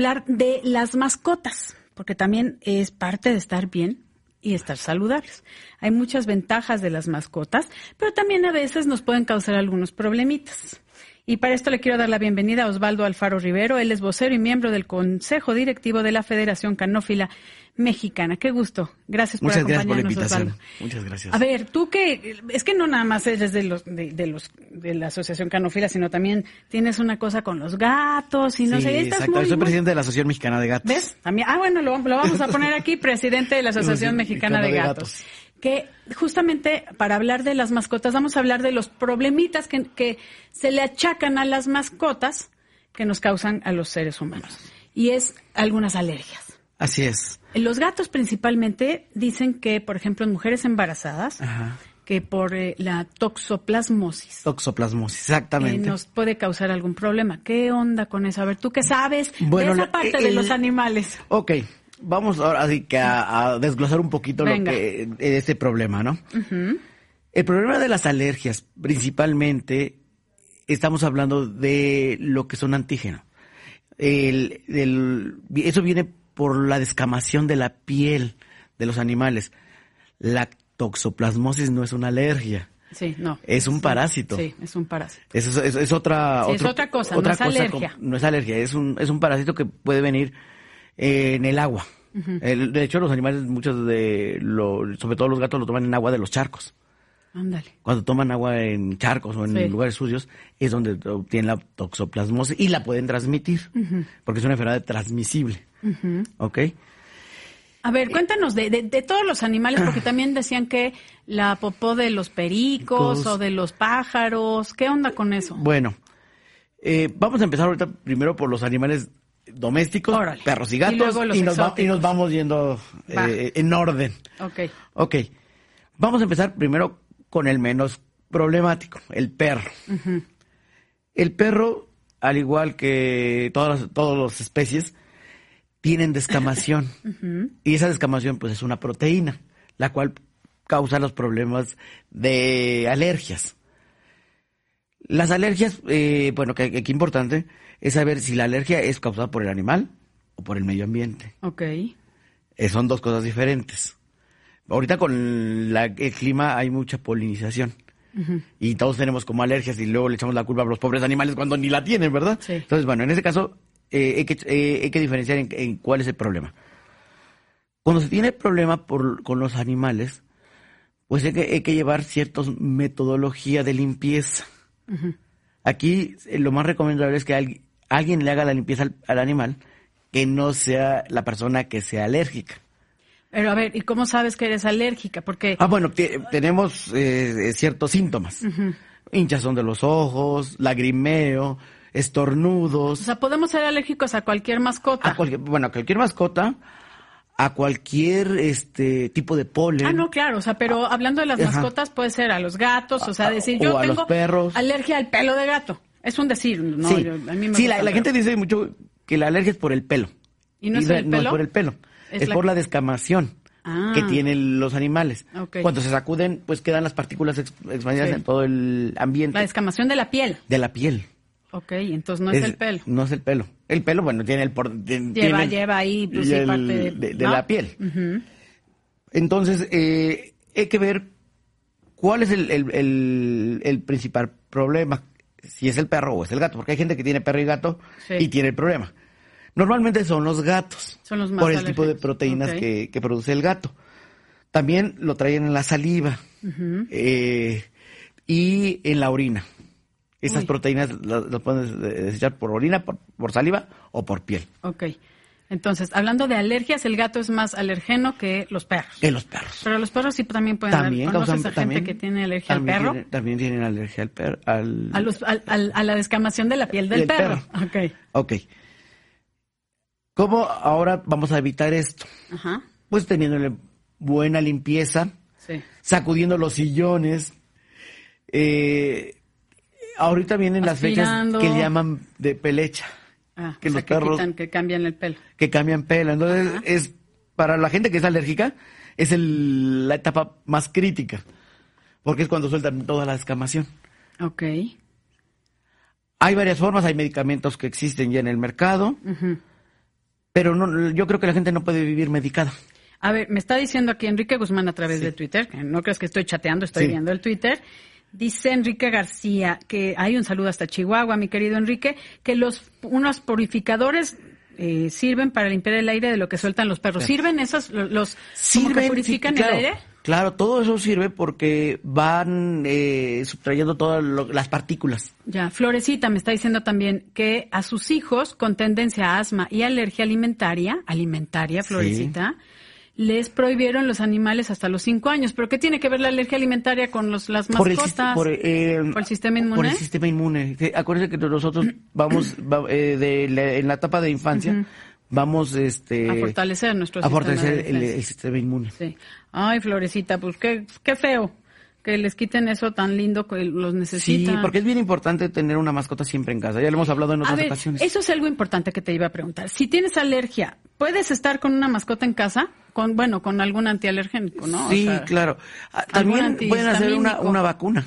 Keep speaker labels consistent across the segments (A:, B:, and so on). A: hablar de las mascotas, porque también es parte de estar bien y estar saludables. Hay muchas ventajas de las mascotas, pero también a veces nos pueden causar algunos problemitas. Y para esto le quiero dar la bienvenida a Osvaldo Alfaro Rivero. Él es vocero y miembro del Consejo Directivo de la Federación Canófila Mexicana. Qué gusto. Gracias por
B: Muchas gracias por la
A: acompañarnos,
B: invitación.
A: Osvaldo.
B: Muchas gracias.
A: A ver, tú que es que no nada más eres de los de, de los de la Asociación Canófila, sino también tienes una cosa con los gatos y no
B: Sí,
A: sé, estás
B: exacto.
A: muy-
B: Soy
A: muy-
B: presidente de la Asociación Mexicana de Gatos.
A: ¿Ves? También, ah, bueno, lo, lo vamos a poner aquí, presidente de la Asociación
B: Asociación
A: Mexicana de
B: Mexicana de
A: Gatos. Que justamente para hablar de las mascotas, vamos a hablar de los problemitas que, que se le achacan a las mascotas que nos causan a los seres humanos. Y es algunas alergias.
B: Así es.
A: Los gatos principalmente dicen que, por ejemplo, en mujeres embarazadas,
B: Ajá.
A: que por eh, la toxoplasmosis
B: Toxoplasmosis,
A: eh,
B: exactamente.
A: nos puede causar algún problema. ¿Qué onda con eso? A ver, ¿tú qué sabes
B: Bueno,
A: de esa
B: la-
A: parte de
B: el-
A: los animales?
B: Ok, vamos ahora así que a, a desglosar un poquito
A: Venga.
B: lo que eh, este problema, ¿no? El problema de las alergias, principalmente, estamos hablando de lo que son antígenos. El- el- eso viene por la descamación de la piel de los animales. La toxoplasmosis no es una alergia.
A: Sí, no.
B: Es un parásito.
A: Sí, es un parásito.
B: Es, es- es- es otra,
A: Sí, es
B: otro-
A: otra cosa, no es alergia.
B: com- no es alergia, es un, es un parásito que puede venir eh, en el agua. El- de hecho, los animales, muchos de, lo- sobre todo los gatos, lo toman en agua de los charcos.
A: Ándale.
B: Cuando toman agua en charcos o en
A: Sí.
B: lugares sucios, es donde obtienen la toxoplasmosis y la pueden transmitir, porque es una enfermedad transmisible. ¿Ok?
A: A
B: Eh,
A: ver, cuéntanos de, de- de todos los animales, porque también decían que la popó de los pericos
B: Pericos.
A: o de los pájaros. ¿Qué onda con eso?
B: Bueno, eh, vamos a empezar ahorita primero por los animales domésticos,
A: Órale.
B: perros
A: Y
B: y gatos,
A: luego los
B: nos, va-
A: exóticos.
B: y nos vamos yendo
A: Va.
B: eh, en orden.
A: Ok.
B: Ok, vamos a empezar primero con el menos problemático, el perro. El perro, al igual que todas las, todas las especies, tienen descamación. Y esa descamación, pues, es una proteína, la cual causa los problemas de alergias. Las alergias, eh, bueno, que aquí importante es saber si la alergia es causada por el animal o por el medio ambiente.
A: Ok.
B: Eh, son dos cosas diferentes. Ahorita con la- el clima hay mucha polinización. Y todos tenemos como alergias y luego le echamos la culpa a los pobres animales cuando ni la tienen, ¿verdad?
A: Sí.
B: Entonces, bueno, en ese caso eh, hay, que, eh, hay que diferenciar en, en cuál es el problema. Cuando se tiene problema por- con los animales, pues hay que, hay que llevar ciertas metodologías de limpieza. Aquí eh, lo más recomendable es que alguien, alguien le haga la limpieza al, al animal que no sea la persona que sea alérgica.
A: Pero a ver, ¿y cómo sabes que eres alérgica? Porque.
B: Ah, bueno, te- tenemos eh, eh, ciertos síntomas. Hinchazón de los ojos, lagrimeo,
A: O
B: estornudos,
A: sea, podemos ser alérgicos a cualquier mascota.
B: a cualquier, bueno, a cualquier mascota, a cualquier este tipo de polen.
A: Ah, no, claro, o sea, pero hablando de las
B: Ajá.
A: mascotas, puede ser a los gatos, o sea,
B: A-
A: decir,
B: o
A: yo
B: a los
A: tengo
B: perros.
A: alergia al pelo de gato. Es un decir, no,
B: sí,
A: yo- a mí me gusta
B: Sí, la,
A: el
B: la
A: perro.
B: gente dice mucho que la alergia es por el pelo.
A: ¿Y no es el pelo?
B: por el pelo,
A: Es
B: es,
A: la-
B: por la descamación
A: Ah.
B: que tienen los animales.
A: Ok.
B: Cuando se sacuden, pues quedan las partículas ex- expandidas
A: Sí.
B: en todo el ambiente
A: La descamación de la piel.
B: de la piel.
A: Ok, entonces pues no es, el pelo.
B: No es el pelo. El pelo, bueno, tiene el... Por, tiene,
A: Lleva,
B: el-
A: lleva ahí, pues,
B: y
A: sí,
B: el-
A: parte de-
B: de, de
A: ¿no?
B: la piel. Entonces, eh, hay que ver cuál es el, el- el- el principal problema, si es el perro o es el gato, porque hay gente que tiene perro y gato
A: Sí.
B: y tiene el problema. Normalmente son los gatos,
A: Son los más
B: por el tipo de
A: alérgicos.
B: proteínas
A: Ok.
B: que, que produce el gato. También lo traen en la saliva eh, y en la orina. Esas
A: Uy.
B: proteínas las, las pueden des- desechar por orina, por, por saliva o por piel.
A: Ok. Entonces, hablando de alergias, el gato es más alergeno que los perros.
B: En los perros.
A: Pero los perros sí también pueden
B: También
A: ¿Conoces
B: causan
A: a gente
B: también-
A: que tiene alergia al
B: también
A: perro?
B: tiene- también tienen alergia al perro. Al,
A: A, los, al- al- a la descamación de la piel del
B: Del
A: perro.
B: perro.
A: Ok.
B: Ok. ¿Cómo ahora vamos a evitar esto?
A: Ajá.
B: Pues teniéndole buena limpieza,
A: Sí.
B: sacudiendo los sillones. Eh, ahorita vienen
A: Aspirando.
B: las fechas que llaman de pelecha,
A: Ah,
B: Que
A: o sea,
B: los perros-
A: quitan, que cambian el pelo.
B: que cambian pelo. Entonces, es para la gente que es alérgica, es el- la etapa más crítica, porque es cuando sueltan toda la descamación.
A: Ok.
B: Hay varias formas, hay medicamentos que existen ya en el mercado. Pero no, yo creo que la gente no puede vivir medicada.
A: A ver, me está diciendo aquí Enrique Guzmán a través
B: Sí.
A: de Twitter, que no creas que estoy chateando, estoy
B: Sí.
A: viendo el Twitter. Dice Enrique García que hay un saludo hasta Chihuahua, mi querido Enrique, que los unos purificadores eh, sirven para limpiar el aire de lo que sueltan los perros. ¿Sirven esos lo- los como que
B: sí,
A: purifican
B: claro,
A: el aire?
B: Claro, todo eso sirve porque van eh, sustrayendo todas lo- las partículas.
A: Ya, Florecita me está diciendo también que a sus hijos con tendencia a asma y alergia alimentaria, alimentaria, Florecita, les prohibieron los animales hasta los cinco años. ¿Pero qué tiene que ver la alergia alimentaria con los, las
B: Por el,
A: mascotas?
B: sist- por, eh,
A: ¿Por el sistema inmune?
B: Por el sistema inmune. Sí, Acuérdense que nosotros vamos va- eh, de la- en la etapa de infancia, vamos este,
A: a fortalecer nuestro
B: a
A: sistema
B: fortalecer
A: de
B: el,
A: defensa.
B: el sistema inmune.
A: Sí. Ay, Florecita, pues qué, qué feo que les quiten eso tan lindo que los
B: Sí,
A: necesitan.
B: porque es bien importante tener una mascota siempre en casa. Ya lo hemos hablado en
A: A
B: otras
A: ver,
B: ocasiones.
A: eso es algo importante que te iba a preguntar. Si tienes alergia, ¿puedes estar con una mascota en casa? Con, bueno, con algún antialergénico, ¿no? O
B: sí,
A: sea,
B: claro. Ah, También pueden hacer una,
A: antihistamínico.
B: una vacuna.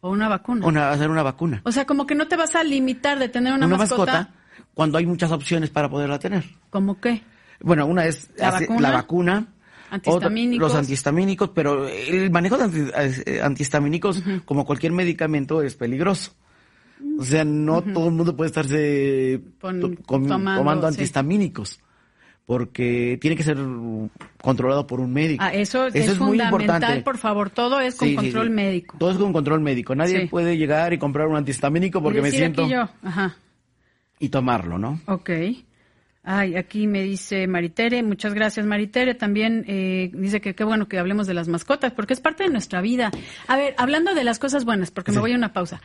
A: O una vacuna.
B: Una, hacer una vacuna.
A: O sea, como que no te vas a limitar de tener una, mascota.
B: cuando hay muchas opciones para poderla tener.
A: ¿Cómo qué?
B: Bueno, una es
A: La
B: hace-
A: vacuna,
B: vacuna,
A: antihistamínicos.
B: otra- los antihistamínicos, pero el manejo de anti- eh, antihistamínicos, como cualquier medicamento, es peligroso. O sea, no todo el mundo puede estarse
A: Pon-
B: to- com-
A: tomando,
B: tomando
A: sí.
B: antihistamínicos, porque tiene que ser controlado por un médico.
A: Ah, eso, es, fundamental, por favor. Todo es con
B: Sí, sí,
A: control
B: sí.
A: médico.
B: Todo es con control médico. Nadie
A: Sí.
B: puede llegar y comprar un antihistamínico porque
A: Y
B: me
A: decir
B: siento
A: aquí yo, Ajá.
B: y tomarlo, ¿no?
A: Ok. Ay, aquí me dice Maritere, muchas gracias Maritere. También eh, dice que qué bueno que hablemos de las mascotas, porque es parte de nuestra vida. A ver, hablando de las cosas buenas, porque me
B: Sí.
A: voy a una pausa.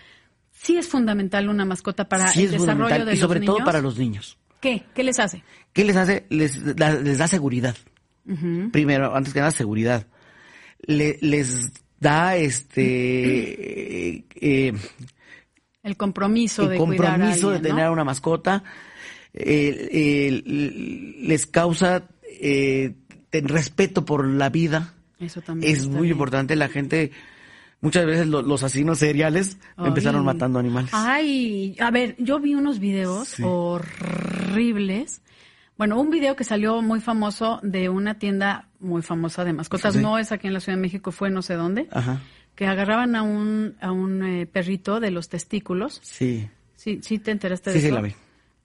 A: Sí es fundamental una mascota para
B: Sí
A: el
B: es
A: desarrollo
B: fundamental
A: de
B: y
A: los
B: sobre todo
A: niños.
B: para los niños.
A: ¿Qué? ¿Qué les hace?
B: ¿Qué les hace? Les da, les da seguridad. Primero, antes que nada, seguridad. Le- les da este eh, eh,
A: El compromiso
B: el
A: de cuidar a
B: compromiso de
A: alguien, ¿no?
B: tener a una mascota. Eh, eh, les causa eh, el respeto por la vida.
A: Eso también.
B: Es
A: Mm, está
B: muy
A: bien.
B: importante. La gente, muchas veces lo- los asesinos seriales empezaron
A: Ay.
B: matando animales.
A: Ay, a ver, yo vi unos videos
B: Sí.
A: horribles. Bueno, un video que salió muy famoso de una tienda muy famosa de mascotas,
B: Sí. Ah.
A: no es aquí en la Ciudad de México, fue no sé dónde,
B: Ajá.
A: que agarraban a un, a un eh, perrito de los testículos.
B: Sí.
A: Sí, sí te enteraste de
B: Sí, sí,
A: eso?
B: la vi.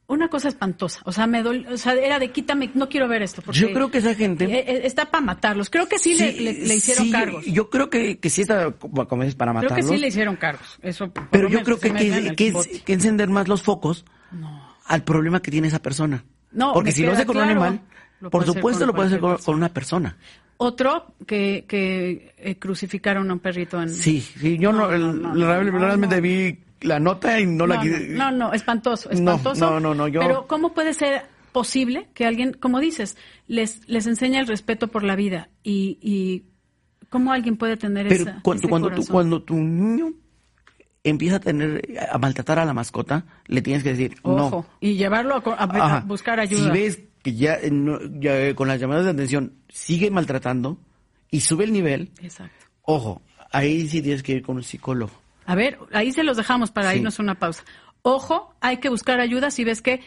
A: Una cosa espantosa, o sea, me dol- o sea, era de quítame, no quiero ver esto. Porque
B: Yo creo que esa gente.
A: eh, eh, está para matarlos. Creo que sí, le, le- le hicieron
B: sí, yo-
A: cargos.
B: Yo, creo que, que sí está, como como dices, para
A: creo
B: matarlos.
A: que sí le hicieron cargos. Eso. por
B: pero
A: lo
B: yo
A: menos
B: creo que,
A: se
B: que-
A: metan el
B: que-
A: bote.
B: que encender más los focos
A: No.
B: al problema que tiene esa persona.
A: No,
B: Porque
A: me
B: si lo hace
A: queda
B: con un
A: claro.
B: animal,
A: Lo
B: por
A: puede hacer
B: supuesto
A: con
B: lo puede hacer con,
A: cualquier
B: con una persona.
A: Otro que, que eh, crucificaron a un perrito en...
B: Sí, sí, yo no,
A: No, no,
B: el-
A: no,
B: la-
A: no,
B: realmente
A: no.
B: vi la nota y
A: no,
B: no, la quise.
A: no, no, no, espantoso,
B: No,
A: espantoso.
B: no, no, no, yo-
A: Pero ¿cómo puede ser posible que alguien, como dices, les, les enseña el respeto por la vida? Y, y ¿cómo alguien puede tener
B: Pero
A: esa,
B: cuando,
A: ese
B: cuando, tu,
A: corazón?
B: cuando tu niño empieza a tener, a maltratar a la mascota, le tienes que decir, no,
A: Ojo, y llevarlo a, co- a- a
B: Ajá.
A: buscar ayuda.
B: Si ves que ya, eh, no- ya, eh, con las llamadas de atención sigue maltratando y sube el nivel,
A: Exacto.
B: ojo, ahí sí tienes que ir con un psicólogo.
A: A ver, ahí se los dejamos para
B: Sí.
A: irnos a una pausa. Ojo, hay que buscar ayuda si ves que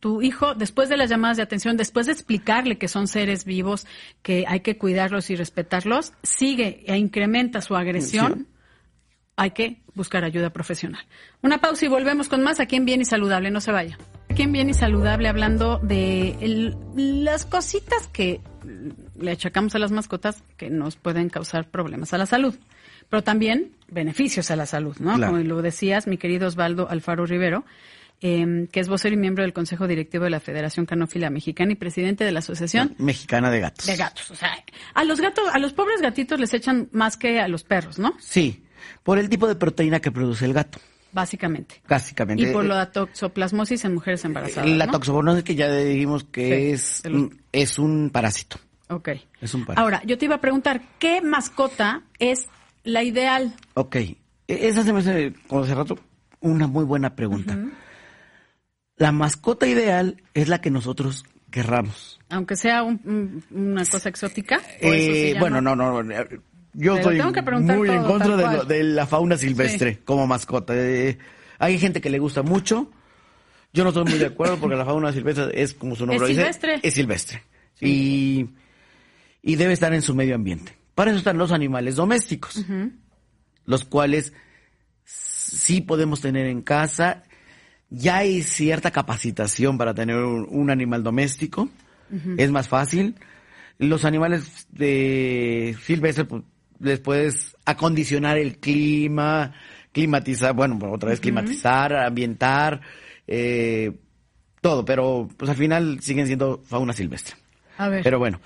A: tu hijo, después de las llamadas de atención, después de explicarle que son seres vivos, que hay que cuidarlos y respetarlos, sigue e incrementa su agresión, hay que buscar ayuda profesional. Una pausa y volvemos con más aquí en Bien y Saludable, no se vaya. Aquí en Bien y Saludable hablando de el- las cositas que le achacamos a las mascotas que nos pueden causar problemas a la salud, pero también beneficios a la salud, ¿no?
B: Claro.
A: Como lo decías, mi querido Osvaldo Alfaro Rivero, em, que es vocero y miembro del Consejo Directivo de la Federación Canófila Mexicana y presidente de la Asociación
B: Mexicana de gatos.
A: de Gatos. O sea, a los gatos, a los pobres gatitos les echan más que a los perros, ¿no?
B: Sí, por el tipo de proteína que produce el gato,
A: Básicamente.
B: básicamente.
A: Y por lo
B: Eh,
A: de toxoplasmosis en mujeres embarazadas.
B: la
A: ¿no?
B: toxoplasmosis que ya dijimos
A: Sí,
B: que es,
A: de los-
B: mm, es un parásito.
A: Ok.
B: Es un parásito.
A: Ahora, yo te iba a preguntar, ¿qué mascota es la ideal?
B: Ok, E- esa se me hace, como hace rato, una muy buena pregunta. La mascota ideal es la que nosotros querramos.
A: Aunque sea un- un- una cosa exótica. o eso
B: Eh,
A: se llama-
B: bueno, no, no. no, eh, Yo
A: Te lo
B: estoy
A: tengo que preguntar
B: muy en
A: todo,
B: contra
A: tal
B: de, lo-
A: cual.
B: de la fauna silvestre como mascota. Eh, hay gente que le gusta mucho. Yo no estoy muy de acuerdo porque la fauna silvestre es como su nombre
A: Es
B: lo dice,
A: silvestre.
B: Es silvestre. Y, y debe estar en su medio ambiente. Para eso están los animales domésticos, los cuales sí podemos tener en casa. Ya hay cierta capacitación para tener un, un animal doméstico. Es más fácil. Los animales de silvestre pues, les puedes acondicionar el clima, climatizar, bueno, pues, otra vez climatizar, ambientar, eh, todo, pero pues al final siguen siendo fauna silvestre.
A: A ver,
B: Pero bueno,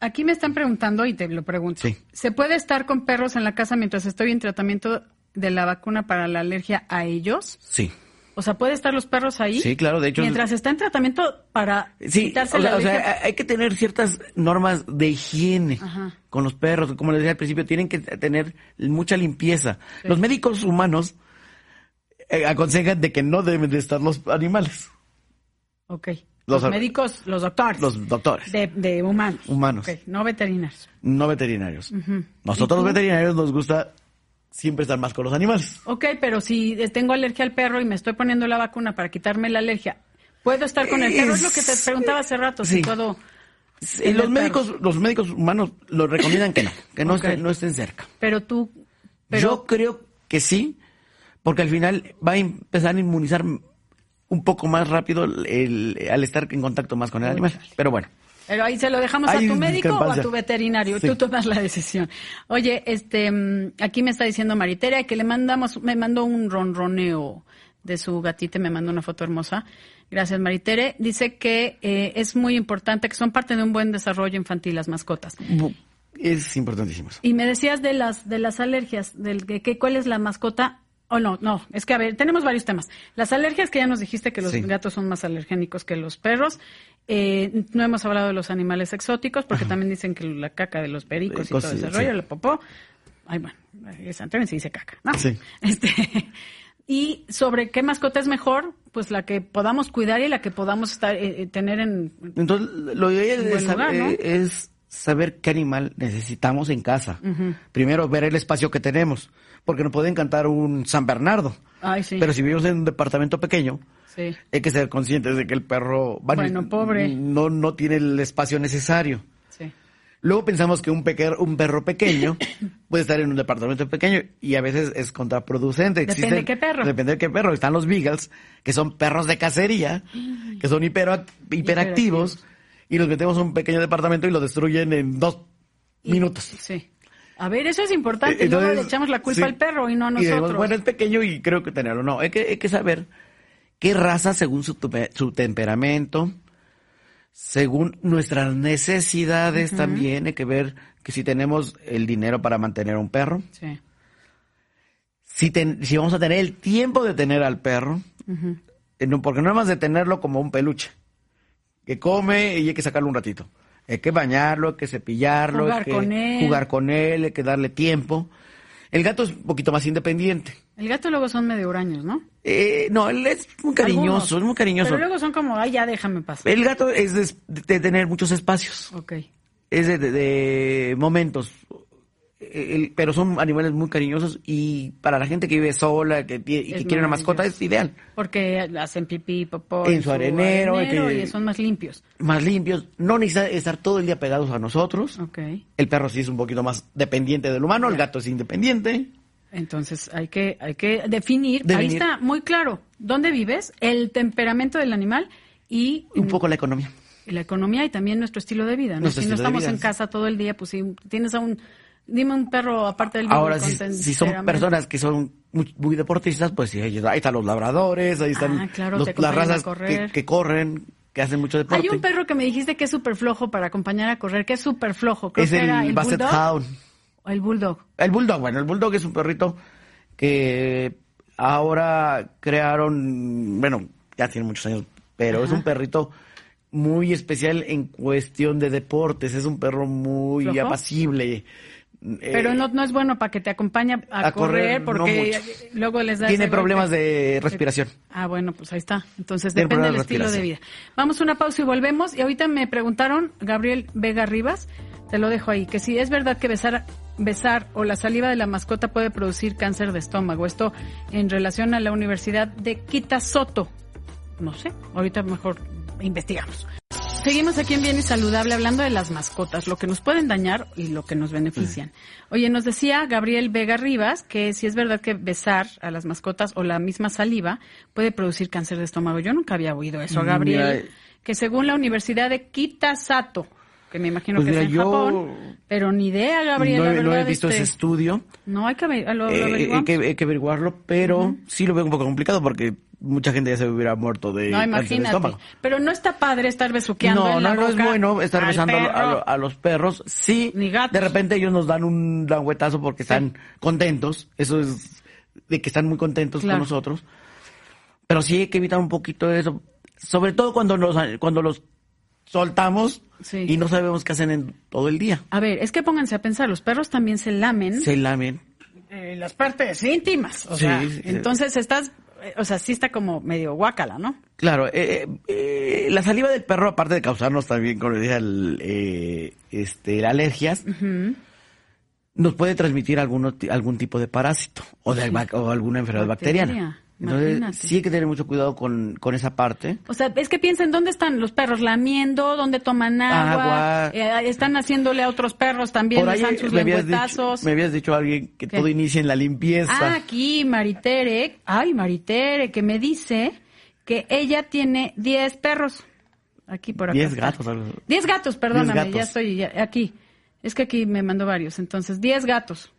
A: aquí me están preguntando y te lo pregunto.
B: Sí.
A: ¿Se puede estar con perros en la casa mientras estoy en tratamiento de la vacuna para la alergia a ellos?
B: sí.
A: O sea, ¿puede estar los perros ahí?
B: Sí, claro, de hecho-
A: Mientras está en tratamiento para
B: Sí, o
A: quitarse la
B: sea, o sea, eh,
A: alergia.
B: hay que tener ciertas normas de higiene
A: Ajá.
B: con los perros. Como les decía al principio, tienen que tener mucha limpieza.
A: Sí.
B: Los médicos humanos eh, aconsejan de que no deben de estar los animales,
A: Ok. Los,
B: Los-
A: médicos, los doctores.
B: los doctores,
A: De, de humanos.
B: Humanos.
A: Ok, no veterinarios.
B: no veterinarios. Nosotros
A: ¿Y tú?
B: los veterinarios nos gusta siempre estar más con los animales.
A: Ok, pero si eh, tengo alergia al perro y me estoy poniendo la vacuna para quitarme la alergia, ¿puedo estar con el perro? Es lo que te
B: Es-
A: preguntaba hace rato, si
B: sí.
A: puedo...
B: Y
A: Tener
B: los médicos, los médicos humanos los recomiendan que no, que no,
A: Ok.
B: estén, no estén cerca.
A: Pero tú... Pero,
B: Yo creo que sí, porque al final va a empezar a inmunizar un poco más rápido el- al estar en contacto más con el animal. Pero bueno,
A: pero ahí se lo dejamos a
B: Hay
A: tu médico o a
B: discrepancia.
A: tu veterinario.
B: Sí.
A: Tú tomas la decisión. Oye, este, mm, aquí me está diciendo Maritera que le mandamos, me mandó un ronroneo de su gatita, me mandó una foto hermosa. Gracias, Maritere. Dice que eh, es muy importante, que son parte de un buen desarrollo infantil las mascotas.
B: bu- es importantísimo. eso.
A: Y me decías de las de las alergias, del que, que cuál es la mascota o no, no, es que a ver, tenemos varios temas. Las alergias que ya nos dijiste que los
B: Sí.
A: gatos son más alergénicos que los perros. Eh, no hemos hablado de los animales exóticos porque también dicen que la caca de los pericos y
B: Cos-
A: todo ese
B: Pues sí.
A: rollo, la popó. Ay, bueno, es Antonio se dice caca, ¿no?
B: Sí.
A: Este, y sobre qué mascota es mejor, pues la que podamos cuidar y la que podamos estar, eh, eh, tener en...
B: Entonces, lo ideal
A: Un buen
B: es,
A: lugar,
B: sab-
A: ¿no?
B: eh, es saber qué animal necesitamos en casa. Primero, ver el espacio que tenemos, porque nos puede encantar un San Bernardo.
A: Ay, sí.
B: Pero si vivimos en un departamento pequeño,
A: sí.
B: hay que ser conscientes de que el perro va-
A: Bueno, pobre.
B: No, no tiene el espacio necesario.
A: Sí.
B: Luego pensamos que un, peque- un perro pequeño puede estar en un departamento pequeño y a veces es contraproducente.
A: Depende
B: Existen-
A: qué perro.
B: Depende de qué perro. Están los beagles, que son perros de cacería, que son hiperac- hiperactivos, y los metemos en un pequeño departamento y los destruyen en dos
A: Y-
B: minutos. Eh,
A: Sí. A ver, eso es importante.
B: Entonces,
A: Luego le echamos la culpa
B: sí.
A: al perro y no a
B: Y decimos,
A: nosotros.
B: bueno, es pequeño y creo que tenerlo. No, hay que, hay que saber qué raza según su, tupe- su temperamento, según nuestras necesidades también. Hay que ver que si tenemos el dinero para mantener a un perro,
A: Sí.
B: si, ten- si vamos a tener el tiempo de tener al perro, Eh, no, porque no es más de tenerlo como un peluche, que come y hay que sacarlo un ratito. Hay que bañarlo, hay que cepillarlo,
A: Jugar
B: hay que
A: con él.
B: jugar con él, hay que darle tiempo. El gato es un poquito más independiente.
A: El gato luego son medio huraños, ¿no?
B: Eh, no, él es muy cariñoso,
A: Algunos.
B: es muy cariñoso.
A: Pero luego son como, ay, ya déjame pasar.
B: El gato es de, de tener muchos espacios,
A: Ok.
B: es de, de- de momentos, Eh, El- pero son animales muy cariñosos y para la gente que vive sola que, tie- y
A: Es
B: que quiere una mascota es ideal.
A: Porque hacen pipí, popó.
B: En su arenero,
A: arenero
B: que-
A: Y son más limpios.
B: Más limpios, no necesitan estar todo el día pegados a nosotros.
A: Ok.
B: El perro sí es un poquito más dependiente del humano, el gato es independiente.
A: Entonces hay que, hay que definir. Ahí
B: Definir.
A: está muy claro dónde vives, el temperamento del animal y
B: Un poco la economía.
A: la economía y también nuestro estilo de vida. ¿no?
B: Nuestro
A: si no
B: estilo de
A: estamos
B: vida,
A: en
B: sí.
A: casa todo el día, pues si tienes a un... Dime un perro aparte del
B: Ahora,
A: beagle
B: si,
A: con
B: si son
A: temperamento.
B: personas que son muy, muy deportistas, pues sí, ellos- ahí están los labradores, ahí están
A: Ah, claro,
B: los-
A: te
B: las
A: acompañan a
B: razas
A: correr.
B: que, que corren, que hacen mucho deporte.
A: Hay un perro que me dijiste que es súper flojo para acompañar a correr, que es súper flojo. Creo
B: es
A: que
B: el,
A: era el
B: Basset
A: bulldog.
B: Hound.
A: o El bulldog.
B: El Bulldog, bueno, el Bulldog es un perrito que ahora crearon, bueno, ya tiene muchos años, pero es un perrito muy especial en cuestión de deportes. Es un perro muy
A: ¿Flojo?
B: apacible. eh,
A: Pero no, no es bueno para que te acompañe a,
B: a
A: correr
B: correr,
A: porque
B: no mucho.
A: luego les da...
B: tiene
A: ese
B: problemas
A: golpe.
B: de respiración.
A: Ah, bueno, pues ahí está. Entonces
B: Tiene
A: depende del
B: problemas de
A: estilo de vida. Vamos a una pausa y volvemos. Y ahorita me preguntaron, Gabriel Vega Rivas, te lo dejo ahí, que si es verdad que besar, besar o la saliva de la mascota puede producir cáncer de estómago. Esto en relación a la Universidad de Quita Soto, no sé, ahorita mejor investigamos. Seguimos aquí en Bien y Saludable hablando de las mascotas, lo que nos pueden dañar y lo que nos benefician.
B: Mm.
A: Oye, nos decía Gabriel Vega Rivas que si es verdad que besar a las mascotas o la misma saliva puede producir cáncer de estómago. Yo nunca había oído eso, Gabriel.
B: Mm, Mira,
A: Que según la Universidad de Kitasato, que me imagino
B: Pues
A: que
B: mira,
A: es en
B: yo-
A: Japón, pero ni idea, Gabriel.
B: no,
A: la
B: he- no he
A: verdad,
B: visto
A: este,
B: ese estudio.
A: No, hay que, aver- lo- lo
B: Eh, hay,
A: averiguamos.
B: que, hay que averiguarlo, pero sí lo veo un poco complicado porque mucha gente ya se hubiera muerto de
A: No,
B: cáncer de
A: imagínate.
B: estómago.
A: Pero no está padre estar besuqueando
B: no,
A: en la
B: no, no es
A: boca
B: bueno estar
A: al
B: besando a, lo- a
A: perro.
B: lo- a los perros. Sí,
A: Ni gatos.
B: de repente ellos nos dan un languetazo porque están contentos. Eso es de que están muy contentos
A: Claro.
B: con nosotros. Pero sí hay que evitar un poquito eso. Sobre todo cuando nos, cuando los soltamos
A: Sí.
B: y no sabemos qué hacen en todo el día.
A: A ver, es que pónganse a pensar, los perros también se lamen
B: Se lamen.
A: eh, las partes íntimas, o
B: Sí,
A: sea,
B: sí, sí.
A: entonces estás, eh, o sea, sí está como medio guácala, ¿no?
B: Claro, eh, eh, eh, la saliva del perro, aparte de causarnos también, como le dije, el, eh, este, alergias, nos puede transmitir alguno, ti- algún tipo de parásito o, de, bac- o alguna enfermedad
A: Bacteria,
B: bacteriana. Entonces,
A: imagínate.
B: sí hay que tener mucho cuidado con, con esa parte.
A: O sea, es que piensen dónde están los perros lamiendo, dónde toman agua,
B: Agua.
A: eh, están haciéndole a otros perros también, les dan sus
B: me habías, dicho,
A: lengüetazos.
B: me habías dicho a alguien que
A: ¿Qué?
B: todo inicia en la limpieza.
A: Ah, aquí Maritere, ay Maritere, que me dice que ella tiene 10 perros. Aquí por acá.
B: 10
A: está.
B: gatos, algo.
A: 10 gatos, perdóname,
B: 10 gatos.
A: ya estoy ya- aquí. Es que aquí me mandó varios, entonces 10 gatos.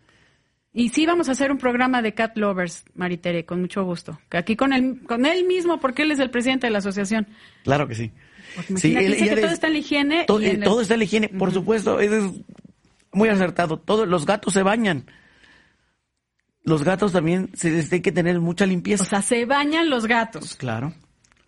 A: Y sí vamos a hacer un programa de cat lovers, Maritere, con mucho gusto. Que Aquí con él, con él mismo, porque él es el presidente de la asociación.
B: Claro que sí.
A: Porque imagínate, dice que
B: ella
A: todo
B: es-
A: está en la higiene
B: to-
A: y en
B: eh,
A: el-
B: Todo está en la higiene, por supuesto. Eso es muy acertado. Todos los gatos se bañan. Los gatos también se les tiene que tener mucha limpieza.
A: O sea, se bañan los gatos.
B: claro.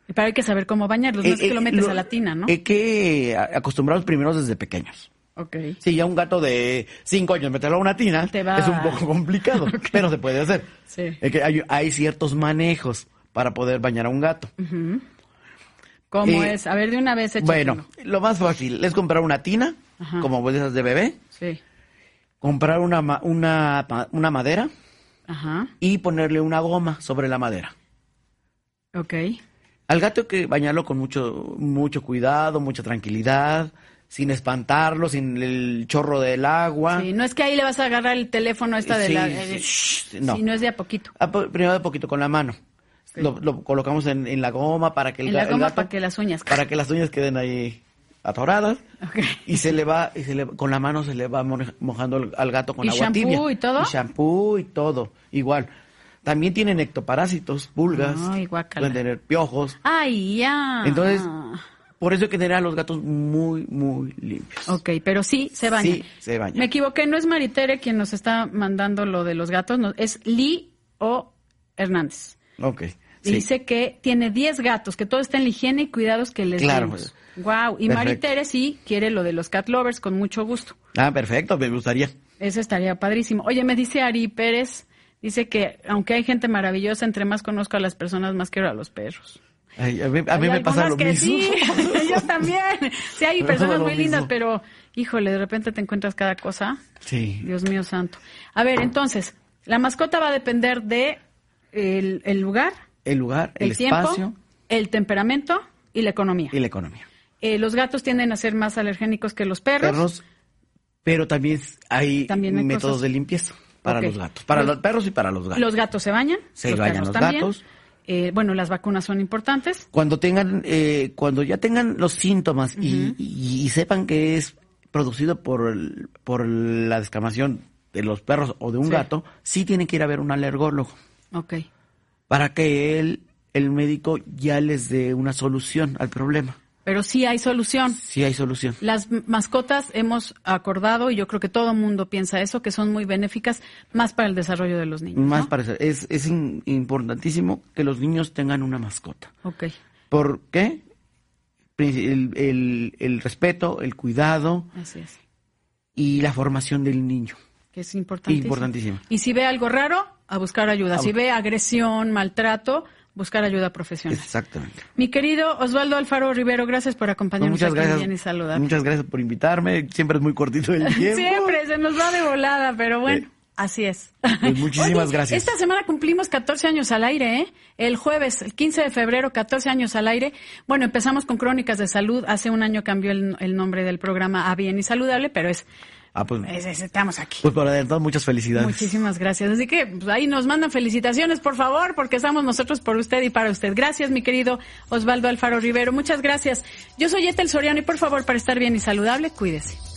A: Pero hay que saber cómo bañarlos, no es
B: Eh,
A: que
B: eh,
A: lo metes
B: lo-
A: a la tina, ¿no?
B: Hay que a- acostumbrarlos primero desde pequeños.
A: ok.
B: Si ya un gato de 5 años meterlo a una tina
A: Te va-
B: es un poco complicado, pero se puede hacer.
A: Sí.
B: Es que hay, hay ciertos manejos para poder bañar a un gato.
A: ¿Cómo
B: eh,
A: es? A ver, de una vez échatelo.
B: Bueno, lo más fácil es comprar una tina,
A: Ajá.
B: como esas de bebé,
A: Sí.
B: comprar una, ma- una, ma- una madera
A: Ajá.
B: y ponerle una goma sobre la madera.
A: Ok.
B: Al gato hay que bañarlo con mucho, mucho cuidado, mucha tranquilidad, sin espantarlo, sin el chorro del agua.
A: Sí, no es que ahí le vas a agarrar el teléfono esta de
B: Ah. Sí,
A: la...
B: sí,
A: eh,
B: shh,
A: no.
B: no.
A: no es de a poquito.
B: A po- primero de poquito con la mano. Lo, lo colocamos en, en la goma para que el,
A: En
B: ga-
A: la
B: el
A: goma
B: gato-
A: para que las uñas.
B: para que las uñas queden ahí atoradas.
A: Ok.
B: Y se le va, y se le- con la mano se le va moj- mojando al, al gato con
A: ¿Y
B: agua
A: shampoo
B: tibia.
A: y todo?
B: Y shampoo y todo, igual. También tienen ectoparásitos, pulgas,
A: Ay, guácala. Ah.
B: pueden tener piojos.
A: Ay, ya.
B: Entonces, por eso hay que tener a los gatos muy, muy limpios.
A: Ok, pero sí se baña.
B: Sí, se baña.
A: Me equivoqué, no es Maritere quien nos está mandando lo de los gatos, no, es Lee O. Hernández.
B: Ok.
A: Y
B: sí.
A: Dice que tiene 10 gatos, que todo está en la higiene y cuidados que les
B: Claro,
A: demos. Wow, y
B: perfecto.
A: Maritere sí quiere lo de los cat lovers con mucho gusto.
B: Ah, perfecto, me gustaría.
A: Eso estaría padrísimo. Oye, me dice Ari Pérez, dice que aunque hay gente maravillosa, entre más conozco a las personas, más quiero a los perros.
B: Ay, a mí, a mí
A: Hay
B: me pasa
A: algunas
B: lo
A: que
B: mismo.
A: Sí, yo también. Sí, hay
B: Me
A: personas
B: pasa lo
A: muy lindas,
B: mismo.
A: pero híjole, de repente te encuentras cada cosa.
B: Sí.
A: Dios mío santo. A ver, entonces, la mascota va a depender de el, el lugar,
B: El lugar, el,
A: el, tiempo,
B: espacio
A: el temperamento y la economía.
B: y la economía.
A: Eh, los gatos tienden a ser más alergénicos que los perros.
B: Perros, pero también hay,
A: También hay
B: métodos
A: cosas.
B: de limpieza para
A: Ok.
B: los gatos. Para
A: Los-
B: los perros y para los gatos.
A: Los gatos se bañan.
B: Se bañan los
A: también.
B: gatos.
A: Eh, bueno, las vacunas son importantes.
B: Cuando tengan, eh, cuando ya tengan los síntomas y- y, y sepan que es producido por, el- por la descamación de los perros o de un
A: Sí.
B: gato, sí tienen que ir a ver un alergólogo
A: Ok.
B: para que él, el médico ya les dé una solución al problema.
A: Pero sí hay solución.
B: Sí hay solución.
A: Las m- mascotas hemos acordado, y yo creo que todo mundo piensa eso, que son muy benéficas más para el desarrollo de los niños.
B: Más
A: ¿no?
B: para eso. Es, es in- importantísimo que los niños tengan una mascota.
A: Ok.
B: ¿Por qué? Princi- El, el- el respeto, el cuidado
A: Así es.
B: y la formación del niño.
A: Que es importantísimo.
B: Importantísimo.
A: Y si ve algo raro, a buscar ayuda. Si ve agresión, maltrato, buscar ayuda profesional.
B: Exactamente. Pues
A: Mi querido Osvaldo Alfaro Rivero, gracias por acompañarnos
B: muchas
A: aquí
B: gracias.
A: en Bien y Saludable.
B: Muchas gracias por invitarme. Siempre es muy cortito el tiempo.
A: Siempre se nos va de volada, pero bueno.
B: Eh,
A: Así es.
B: Pues muchísimas
A: Oye,
B: gracias.
A: Esta semana cumplimos 14 años al aire, ¿eh? El jueves, el 15 de febrero, 14 años al aire. Bueno, empezamos con Crónicas de Salud. Hace un año cambió el, el nombre del programa a Bien y Saludable, pero es,
B: Ah, pues,
A: es- es- estamos aquí.
B: pues por adelantado, muchas felicidades.
A: Muchísimas gracias. Así que pues, ahí nos mandan felicitaciones, por favor, porque estamos nosotros por usted y para usted. Gracias, mi querido Osvaldo Alfaro Rivero. Muchas gracias. Yo soy Etel Soriano y por favor, para estar bien y saludable, cuídese.